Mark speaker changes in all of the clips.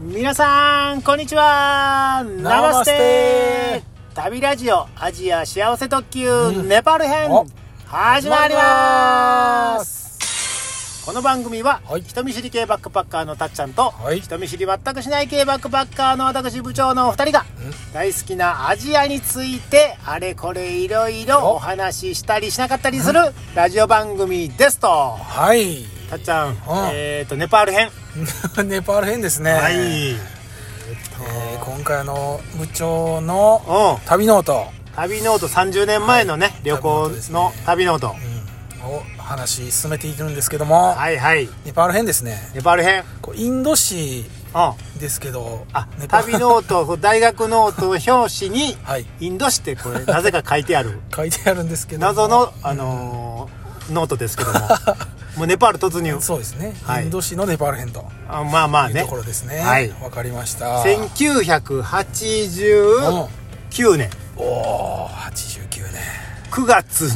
Speaker 1: 皆さんこんにちはナマステ旅ラジオアジア幸せ特急、
Speaker 2: うん
Speaker 1: ネパール編
Speaker 2: お
Speaker 1: 始まります
Speaker 2: す
Speaker 1: この番組は、
Speaker 2: はい
Speaker 1: 人見知り系バックパッカーのたっちゃんと、
Speaker 2: はい
Speaker 1: 人見知り全くしない系バックパッカーの私部長のお二人が大好きなアジアについてあれこれいろいろ
Speaker 2: お
Speaker 1: お話ししたりしなかったりするラジオ番組ですと
Speaker 2: はい
Speaker 1: たっちゃん、
Speaker 2: ん
Speaker 1: えっ、とネパール編
Speaker 2: ネパール編ですね
Speaker 1: はい、
Speaker 2: えー今回あの部長の
Speaker 1: うん
Speaker 2: 旅ノート、
Speaker 1: 旅ノート30年前のね、旅行の旅ノート、
Speaker 2: うん、を話し進めていくんですけども、
Speaker 1: はいはい
Speaker 2: ネパール編ですね
Speaker 1: ネパール編
Speaker 2: こうインド史
Speaker 1: うんあ
Speaker 2: ですけどネパール
Speaker 1: 旅ノート大学ノートの表紙に
Speaker 2: はい
Speaker 1: インド史ってこれなぜか書いてあ る
Speaker 2: 書いてあるんですけども
Speaker 1: 謎の、あのーノートです けどももうネパール突入
Speaker 2: そうですね、
Speaker 1: はい
Speaker 2: インド史のネパール編と
Speaker 1: あまあまあ
Speaker 2: いう
Speaker 1: ね
Speaker 2: ところですね
Speaker 1: はい
Speaker 2: わかりました
Speaker 1: 1989年
Speaker 2: おお89年
Speaker 1: 9月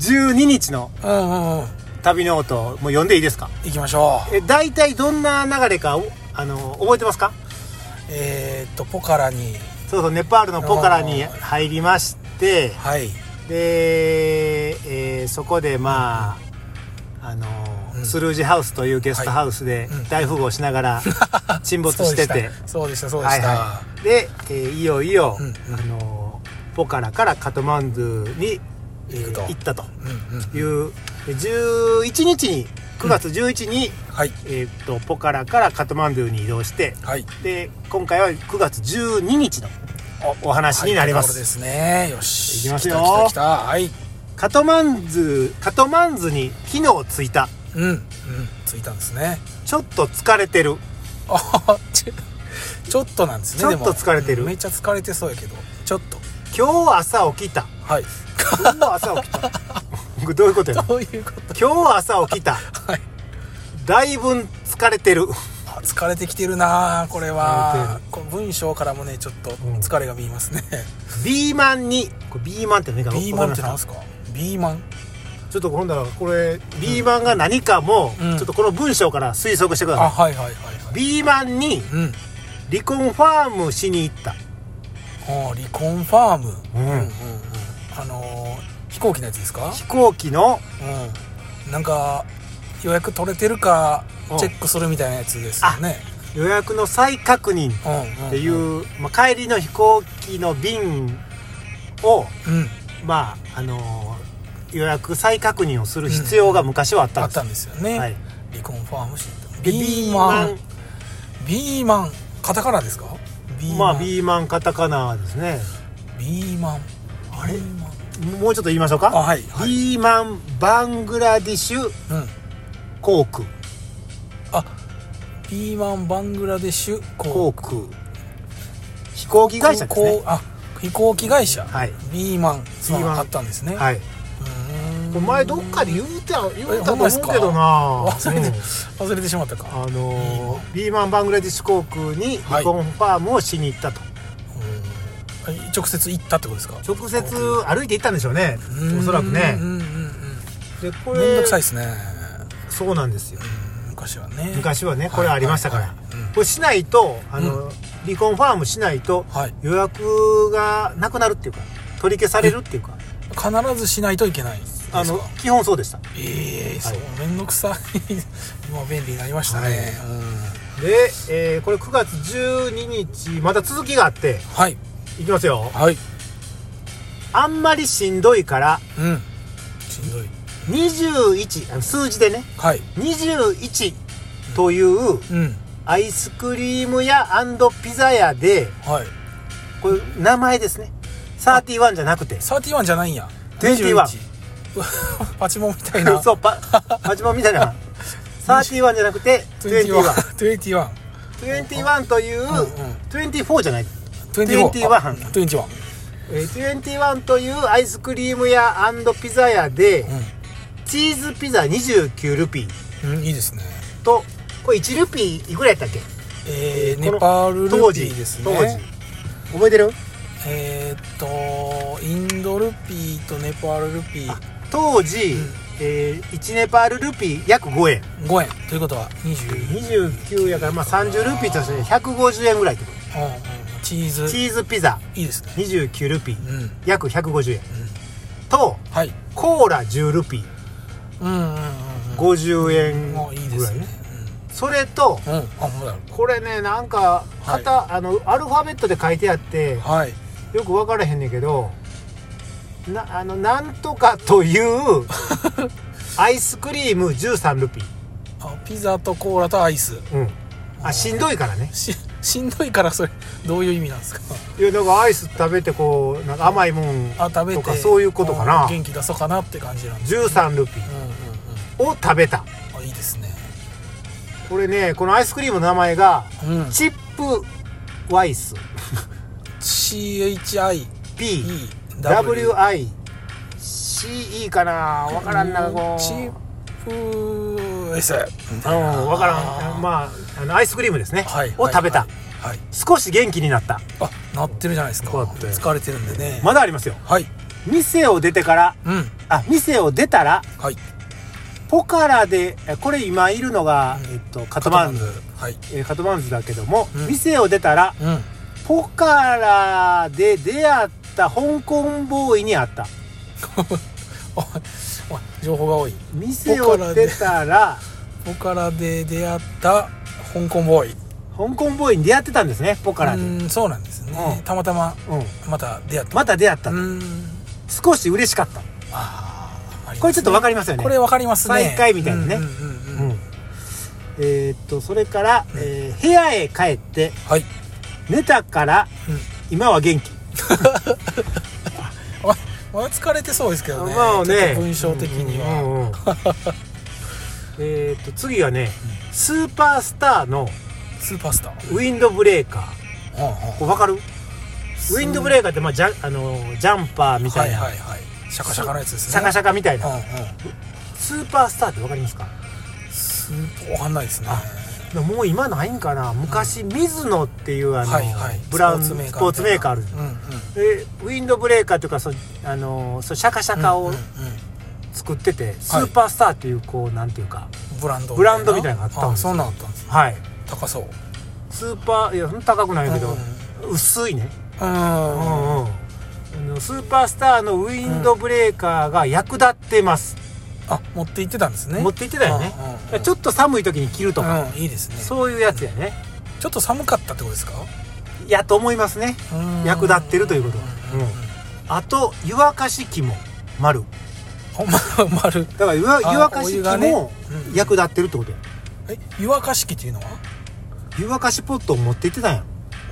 Speaker 1: 12日の
Speaker 2: うんうんうん
Speaker 1: 旅ノートもう読んでいいですか
Speaker 2: 行きましょう
Speaker 1: え大体どんな流れかおあの覚えてますか
Speaker 2: えーっとポカラに
Speaker 1: そうそうネパールのポカラに入りまして
Speaker 2: はい
Speaker 1: で、えーそこでまああのー
Speaker 2: うん
Speaker 1: スルージハウスというゲストハウスで
Speaker 2: はいうん
Speaker 1: 大富豪しなが ら沈没してて、
Speaker 2: そうでしたそうで
Speaker 1: は
Speaker 2: し
Speaker 1: い
Speaker 2: た、
Speaker 1: はい、で、えーいよいよ、
Speaker 2: うんうん
Speaker 1: あのーポカラからカトマンズに、えー
Speaker 2: 行くと
Speaker 1: 行ったと
Speaker 2: うんう
Speaker 1: い
Speaker 2: ん
Speaker 1: うで11日に9月11日に、
Speaker 2: はい
Speaker 1: えーっとポカラからカトマンズに移動して
Speaker 2: はい
Speaker 1: で今回は9月12日のおお話になりま
Speaker 2: はいところ
Speaker 1: す
Speaker 2: で。すねよし
Speaker 1: 行きますよ
Speaker 2: 来た来た来たはい
Speaker 1: カトマンズカトマンズに機能ついた
Speaker 2: うんうん着いたんですね
Speaker 1: ちょっと疲れてる
Speaker 2: あははちちょっとなんですね
Speaker 1: ちょっと
Speaker 2: でも
Speaker 1: 疲れてる
Speaker 2: うんめっちゃ疲れてそうやけどちょっと
Speaker 1: 今日朝起きた
Speaker 2: はい
Speaker 1: 今日朝起きた これどういうことや
Speaker 2: どういうこと
Speaker 1: 今日朝起きた
Speaker 2: はい
Speaker 1: だいぶん疲れてる
Speaker 2: あ疲れてきてるなこれ
Speaker 1: 疲れ
Speaker 2: は
Speaker 1: て
Speaker 2: この文章からもねちょっと
Speaker 1: ん
Speaker 2: 疲れが見えますね、
Speaker 1: ビーマンにこれビーマンって何か
Speaker 2: ビーマンってなんですかビーマン
Speaker 1: ちょっとほんだらこれビーマンが何かも、
Speaker 2: うん
Speaker 1: ちょっとこの文章から推測してください
Speaker 2: あ、はいはいはいはい
Speaker 1: ビーマンに
Speaker 2: うん
Speaker 1: 離婚ファームしに行った
Speaker 2: あーリコンファーム、
Speaker 1: うん
Speaker 2: あのー飛行機のやつですか、
Speaker 1: 飛行機の
Speaker 2: うん、なんか予約取れてるか
Speaker 1: うん
Speaker 2: チェックするみたいなやつですよね、
Speaker 1: 予約の再確認っ
Speaker 2: うんうんうん、
Speaker 1: ていうう、まあ、帰りの飛行機の便を
Speaker 2: ん
Speaker 1: まああのー予約再確認をする必要が昔はあったん
Speaker 2: あっ
Speaker 1: です、
Speaker 2: たんですよね、
Speaker 1: はい、
Speaker 2: リコンファームシート
Speaker 1: で
Speaker 2: ビーマ
Speaker 1: ビ
Speaker 2: ンビーマンカタカナですかビ
Speaker 1: ーマン
Speaker 2: ー
Speaker 1: ま
Speaker 2: マ
Speaker 1: あ
Speaker 2: ン、ビ
Speaker 1: ビーマンカタカナですね
Speaker 2: ーマンあれ
Speaker 1: もうちょっと言いましょうか
Speaker 2: あはいはい
Speaker 1: ビーマンバングラディシュ
Speaker 2: うん
Speaker 1: 航空
Speaker 2: あビーマンバングラデシュ
Speaker 1: 航空飛行機会社です
Speaker 2: こ
Speaker 1: ね
Speaker 2: うあ飛行機会社、
Speaker 1: はい
Speaker 2: ビーマンそう
Speaker 1: ビーマン
Speaker 2: あったんですね、
Speaker 1: はいう
Speaker 2: ーん
Speaker 1: お前どっかで言うてた言う
Speaker 2: え
Speaker 1: たと
Speaker 2: ほん
Speaker 1: 思
Speaker 2: ま
Speaker 1: う
Speaker 2: ですか
Speaker 1: けどな
Speaker 2: 忘れて、
Speaker 1: うん
Speaker 2: 忘れてしまったか、
Speaker 1: あのービーマンバングラディシュ航空に離婚ファームをしに行ったと、
Speaker 2: うん直接行ったってことですか
Speaker 1: 直接歩いて行ったんでしょうね
Speaker 2: うん
Speaker 1: おそらくね
Speaker 2: うんうんうん
Speaker 1: でこ
Speaker 2: うん
Speaker 1: れ
Speaker 2: めんどくさいですね、
Speaker 1: そうなんですよ
Speaker 2: うん昔はね
Speaker 1: 昔はね
Speaker 2: い
Speaker 1: これありましたから、
Speaker 2: はいはいうん
Speaker 1: これしないとあの、離婚ファームしないと
Speaker 2: はい
Speaker 1: 予約がなくなるっていうか取り消されるっていうか
Speaker 2: 必ずしないといけないんですか
Speaker 1: あの基本そうでした
Speaker 2: ええ
Speaker 1: は
Speaker 2: そ、
Speaker 1: いう
Speaker 2: めんどくさい 今便利になりましたね、
Speaker 1: はい
Speaker 2: うん
Speaker 1: で、えーこれ9月12日また続きがあって
Speaker 2: はい
Speaker 1: いきますよ
Speaker 2: はい
Speaker 1: あんまりしんどいから
Speaker 2: うんしんどい
Speaker 1: 21あの数字でね
Speaker 2: はい
Speaker 1: 21という
Speaker 2: うん
Speaker 1: アイスクリーム屋ピザ屋で
Speaker 2: はい
Speaker 1: これ名前ですね31じゃなくて
Speaker 2: 31じゃないんや
Speaker 1: 21
Speaker 2: 21 パチモンみたいな
Speaker 1: そうパパチモンみたいな31じゃなくて2121
Speaker 2: 2121
Speaker 1: という、
Speaker 2: んうん
Speaker 1: 24じゃない、
Speaker 2: 21
Speaker 1: 21
Speaker 2: 21
Speaker 1: えー、21というアイスクリーム屋ピザ屋で、チーズピザ29ルピー
Speaker 2: うん、うん、いいですね
Speaker 1: とこれ1ルピーいくらやったっけ
Speaker 2: えー、
Speaker 1: この
Speaker 2: ネパールル
Speaker 1: 当
Speaker 2: ピ
Speaker 1: 時
Speaker 2: ーですね
Speaker 1: 当時覚えてる
Speaker 2: えーっとインドルピーとネパールルピー
Speaker 1: 当時、
Speaker 2: ん
Speaker 1: えー、1ネパールルピー約5円
Speaker 2: 5円ということは20
Speaker 1: 29やからまあ30ルピーとして150円ぐらいってこ
Speaker 2: うんうんチー
Speaker 1: と
Speaker 2: ズ
Speaker 1: チーズピザ
Speaker 2: いいですね
Speaker 1: 29ルピー、
Speaker 2: うん
Speaker 1: 約150円、と
Speaker 2: はい
Speaker 1: コーラ10ルピー
Speaker 2: うんうんうん
Speaker 1: 50円
Speaker 2: うんもういいで
Speaker 1: ぐら
Speaker 2: す
Speaker 1: いね
Speaker 2: ね
Speaker 1: それと
Speaker 2: うん、うん、あほら
Speaker 1: これねなんか
Speaker 2: はい
Speaker 1: 型、あのアルファベットで書いてあって
Speaker 2: はい
Speaker 1: よく分からへんねんけどなあのなんとかという アイスクリーム13ルピー、
Speaker 2: あピザとコーラとアイス
Speaker 1: うん、あしんどいからね
Speaker 2: ししんどいからそれどういう意味なんですか
Speaker 1: いやなんかアイス食べてこうなんか甘いもん
Speaker 2: あ食べて
Speaker 1: とかそういうことかな
Speaker 2: うん元気出そうかなって感じなんです
Speaker 1: 13ルピ
Speaker 2: うんうん
Speaker 1: ーを食べた
Speaker 2: うんあいいですね
Speaker 1: これねこのアイスクリームの名前が
Speaker 2: うん
Speaker 1: チップワイス
Speaker 2: CHIEWI
Speaker 1: PWICE かなわからんなこう
Speaker 2: チップ S
Speaker 1: うんわからんまああのアイスクリームですね、
Speaker 2: はい
Speaker 1: を食べた、
Speaker 2: はい、はい
Speaker 1: 少し元気になった
Speaker 2: あなってるじゃないですか
Speaker 1: こうやって
Speaker 2: 疲れてるんでね、
Speaker 1: まだありますよ
Speaker 2: はい
Speaker 1: 店を出てから
Speaker 2: うん
Speaker 1: あ店を出たら
Speaker 2: はい
Speaker 1: ポカラでえこれ今いるのが、
Speaker 2: うん
Speaker 1: えっと、カトマンズ
Speaker 2: はい
Speaker 1: えーカトマンズだけども、
Speaker 2: うん
Speaker 1: 店を出たら
Speaker 2: うん
Speaker 1: ポカラで出会った香港ボーイに会った
Speaker 2: おいおい情報が多い
Speaker 1: 店を出たら
Speaker 2: ポカラで出会った香港ボーイ
Speaker 1: 香港ボーイに出会ってたんですねポカラで、うん
Speaker 2: うんそうなんですね、
Speaker 1: うん
Speaker 2: たまたままた出会った
Speaker 1: また出会った、
Speaker 2: うん
Speaker 1: 少し嬉しかった
Speaker 2: あーありますね
Speaker 1: これちょっとわかりますよね
Speaker 2: これわかりますね
Speaker 1: 再会みたいなね
Speaker 2: うんうん
Speaker 1: う
Speaker 2: うんうん
Speaker 1: んえーっとそれから、えー部屋へ帰って
Speaker 2: はい、
Speaker 1: 寝たから
Speaker 2: うん
Speaker 1: 今は元気
Speaker 2: ままあ疲れてそうですけどね,、
Speaker 1: まあ
Speaker 2: ちょっ
Speaker 1: ね
Speaker 2: と文章的には、
Speaker 1: うん うんうんえーっと次はね、スーパースターの
Speaker 2: スーパースター、
Speaker 1: ウィンドブレーカー
Speaker 2: うんうん
Speaker 1: これ分かるウィンドブレーカーって、まあ、ジャあのージャンパーみた
Speaker 2: はいい
Speaker 1: な、
Speaker 2: はいはいシャカシャカのやつですね
Speaker 1: シャカシャカみたいな、
Speaker 2: うんう
Speaker 1: スーパースターって分かりますか
Speaker 2: んスーパーわかんないですね
Speaker 1: あでももう今ないんかな昔、ミズノっていうあの、
Speaker 2: はいはい
Speaker 1: ブラウンスポ
Speaker 2: みたいな
Speaker 1: ーツメーカーある
Speaker 2: うんうん
Speaker 1: でウィンドブレーカーというかそうあのーそうシャカシャカ
Speaker 2: う
Speaker 1: を
Speaker 2: んうん
Speaker 1: 作ってて、スーパースターっていうこうなんていうか
Speaker 2: うんブランド
Speaker 1: ブランドみたいなのがあったん
Speaker 2: あ
Speaker 1: ですよ
Speaker 2: そんなんあったんです
Speaker 1: はい
Speaker 2: 高そう
Speaker 1: スーパーいやそんな高くないけど、薄いね
Speaker 2: う
Speaker 1: うん
Speaker 2: んうん
Speaker 1: うんあのスーパースターのウィンドブレーカーが役立ってます、
Speaker 2: あ持って行ってたんですね
Speaker 1: 持って行ってたよね、
Speaker 2: うんうんうん
Speaker 1: だからちょっと寒い時に着るとか、
Speaker 2: うんいいですね
Speaker 1: そういうやつやね
Speaker 2: ちょっと寒かったってことですか
Speaker 1: いやと思いますね
Speaker 2: うん
Speaker 1: 役立ってるということは
Speaker 2: うんうんうん
Speaker 1: あと湯沸かし器も丸
Speaker 2: ほんま丸
Speaker 1: だから湯わ
Speaker 2: あ
Speaker 1: 湯沸か
Speaker 2: お
Speaker 1: し
Speaker 2: 湯
Speaker 1: 器
Speaker 2: がね
Speaker 1: も
Speaker 2: うん
Speaker 1: 役立ってるってことや
Speaker 2: え湯沸かし器っていうのは
Speaker 1: 湯沸かしポットを持って行ってたんや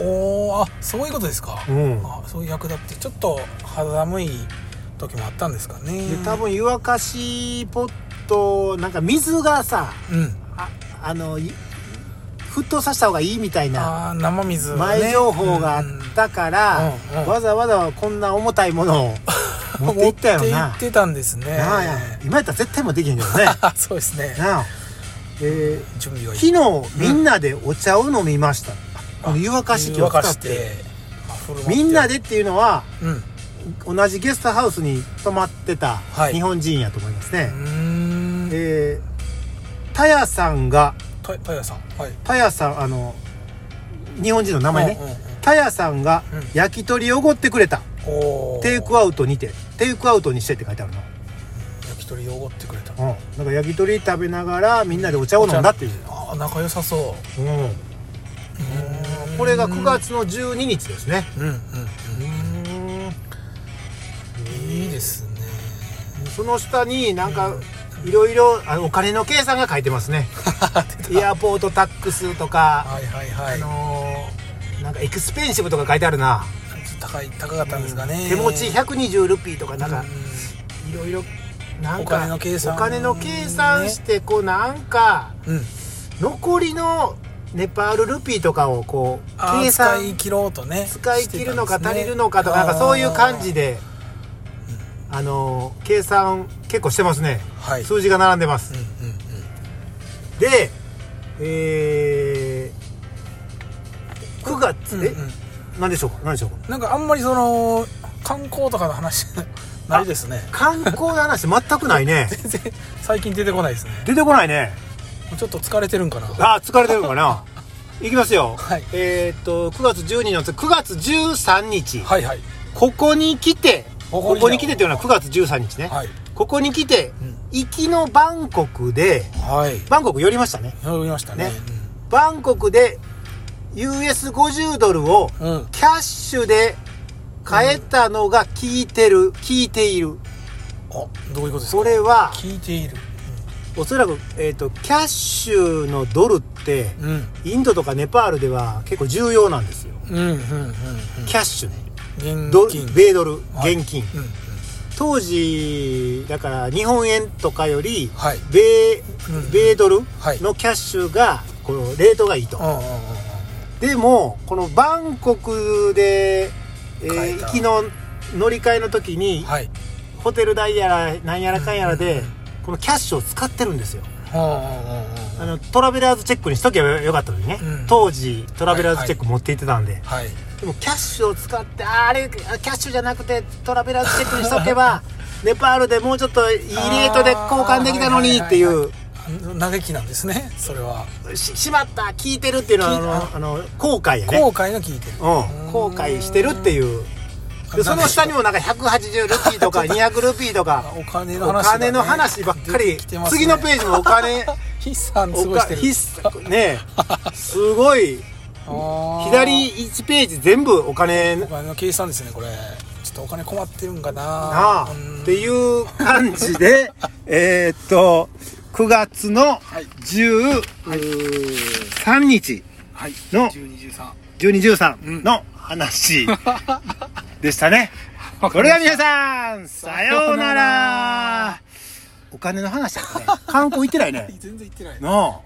Speaker 2: おーあそういうことですか、
Speaker 1: うん
Speaker 2: あそういう役立ってちょっと肌寒い時もあったんですかね
Speaker 1: で多分湯沸かしポットなんか水がさ
Speaker 2: うん
Speaker 1: ああのい沸騰させた方がいいみたいな
Speaker 2: あー生水、ね、
Speaker 1: 前情報があっ
Speaker 2: うん
Speaker 1: たから、
Speaker 2: うんうん
Speaker 1: わざわざこんな重たいものを持って行ったよ
Speaker 2: 持って行
Speaker 1: な
Speaker 2: ってたんですね
Speaker 1: なあや今やったら絶対もできへんけどね
Speaker 2: あ そうですね
Speaker 1: なあえー
Speaker 2: 準備がいい
Speaker 1: 昨日みんなでお茶を飲みました、この湯沸かし器
Speaker 2: 湯
Speaker 1: を
Speaker 2: 沸か
Speaker 1: 使っ
Speaker 2: しててあフル持って
Speaker 1: みんなでっていうのは
Speaker 2: うんう
Speaker 1: 同じゲストハウスに泊まってた
Speaker 2: はい
Speaker 1: 日本人やと思いますね、
Speaker 2: ーん
Speaker 1: えー、タヤさんが
Speaker 2: たたやさんはい
Speaker 1: タヤさんあの日本人の名前ね、
Speaker 2: うんうんうん
Speaker 1: タヤさんが
Speaker 2: うん
Speaker 1: 焼き鳥おごってくれた、
Speaker 2: おー
Speaker 1: テイクアウトにてテイクアウトにしてって書いてある
Speaker 2: 焼き鳥おごってくれた
Speaker 1: な,、うん、なんか焼き鳥食べながらみんなでお茶を飲んだっていう、
Speaker 2: あー仲良さそ
Speaker 1: うん、
Speaker 2: ううーん
Speaker 1: これが9月の12日ですね
Speaker 2: うんうん
Speaker 1: うん
Speaker 2: うんいいですね
Speaker 1: その下になんかいろいろあのお金の計算が書いて ますねエアポートタックスとか、
Speaker 2: はいはいは
Speaker 1: あ
Speaker 2: い
Speaker 1: のーなんかエクスペンシブとか書いてあるな、
Speaker 2: 高い高かったんですかね
Speaker 1: 手持ち120ルピーとかなん
Speaker 2: う
Speaker 1: かいろいろなんか
Speaker 2: お金の計算
Speaker 1: お金の計算してこうなんか
Speaker 2: んうん
Speaker 1: 残りのネパールルピーとかをこう
Speaker 2: あー
Speaker 1: 計算
Speaker 2: 使い切ろうとね
Speaker 1: 使い切るのか
Speaker 2: してたん
Speaker 1: 足
Speaker 2: ですね
Speaker 1: りるのかとかなんかそういう感じ
Speaker 2: あ
Speaker 1: であのー計算結構してますね
Speaker 2: ーはい
Speaker 1: 数字が並んでます
Speaker 2: うんうん
Speaker 1: で、えー、9月、
Speaker 2: うん
Speaker 1: え、
Speaker 2: うんうん
Speaker 1: 何でしょうか何でしょうか
Speaker 2: なんかあんまりその観光とかの話ないですね
Speaker 1: 観光の話全くない ね
Speaker 2: 全然最近出てこないですね
Speaker 1: 出てこないね
Speaker 2: ちょっと疲れてるんかな
Speaker 1: あー疲れてるのか ないきますよ、
Speaker 2: はい
Speaker 1: えーっと9月12の9月13日、
Speaker 2: はいはい
Speaker 1: ここに来て
Speaker 2: こ
Speaker 1: こ
Speaker 2: こ
Speaker 1: こ
Speaker 2: に来た
Speaker 1: に来てというのは9月13日ね、
Speaker 2: はい
Speaker 1: ここに来て
Speaker 2: うん
Speaker 1: 行きのバンコクで
Speaker 2: はい
Speaker 1: バンコク寄りましたね
Speaker 2: やりましたね
Speaker 1: ねバンコクで US50 ドルを
Speaker 2: うん、うん
Speaker 1: キャッシュで買えたのが効いてる効いている
Speaker 2: あどういうことですか
Speaker 1: それは
Speaker 2: 聞いている
Speaker 1: おそらく、えー、とキャッシュのドルって
Speaker 2: うんうん
Speaker 1: インドとかネパールでは結構重要なんですよ
Speaker 2: うんうん
Speaker 1: キャッシュね
Speaker 2: うん
Speaker 1: ド
Speaker 2: 現
Speaker 1: ル
Speaker 2: 金
Speaker 1: 米ドル
Speaker 2: はい
Speaker 1: 現金
Speaker 2: うんうん
Speaker 1: 当時だから日本円とかより
Speaker 2: はい
Speaker 1: 米
Speaker 2: ん
Speaker 1: 米ドル
Speaker 2: はい
Speaker 1: のキャッシュがこのレートがいいと
Speaker 2: うんうんうんうん
Speaker 1: でもこのバンコクで、えー
Speaker 2: 買えた
Speaker 1: 行きの乗り換えの時に
Speaker 2: はい
Speaker 1: ホテル代やらなんやらかんやら
Speaker 2: うんうん
Speaker 1: で
Speaker 2: うん
Speaker 1: このキャッシュを使ってるんですよ
Speaker 2: うんうんうんうん
Speaker 1: あのトラベラーズチェックにしとけばよかったのにね、
Speaker 2: うん
Speaker 1: 当時トラベラーズチェック持って行ってたんで、
Speaker 2: はい
Speaker 1: でもキャッシュを使ってああれキャッシュじゃなくてトラベラーズチェックにしとけ ばネパールでもうちょっといいレートで交換できたのにってい
Speaker 2: あーは
Speaker 1: う
Speaker 2: あ嘆きなんですねそれは
Speaker 1: ししまった聞いてるっていうのはあのあの後悔やね
Speaker 2: 後悔の聞いてる
Speaker 1: うん、後悔してるっていう
Speaker 2: う
Speaker 1: で
Speaker 2: ん
Speaker 1: その下にもなんか180ルピー とか200ルピーと
Speaker 2: あ
Speaker 1: か
Speaker 2: お金の
Speaker 1: お
Speaker 2: 話がね
Speaker 1: 金の話ばっかり、
Speaker 2: 出てきてますね
Speaker 1: 次のページもお金
Speaker 2: 筆算す
Speaker 1: お
Speaker 2: ごいし
Speaker 1: か
Speaker 2: てる
Speaker 1: 必須ねえすごい
Speaker 2: あー
Speaker 1: 左1ページ全部お金
Speaker 2: お
Speaker 1: な
Speaker 2: 金の計算ですねこれちょっとお金困ってるんかな
Speaker 1: あ
Speaker 2: うん
Speaker 1: っていう感じ でえーっと9月の
Speaker 2: はい
Speaker 1: 13日
Speaker 2: はい
Speaker 1: の
Speaker 2: 1213
Speaker 1: 1213の話でした ね。それでは皆さん、さようなら。お金の話だったね。観光行ってないね。
Speaker 2: 全然言ってない
Speaker 1: なあ。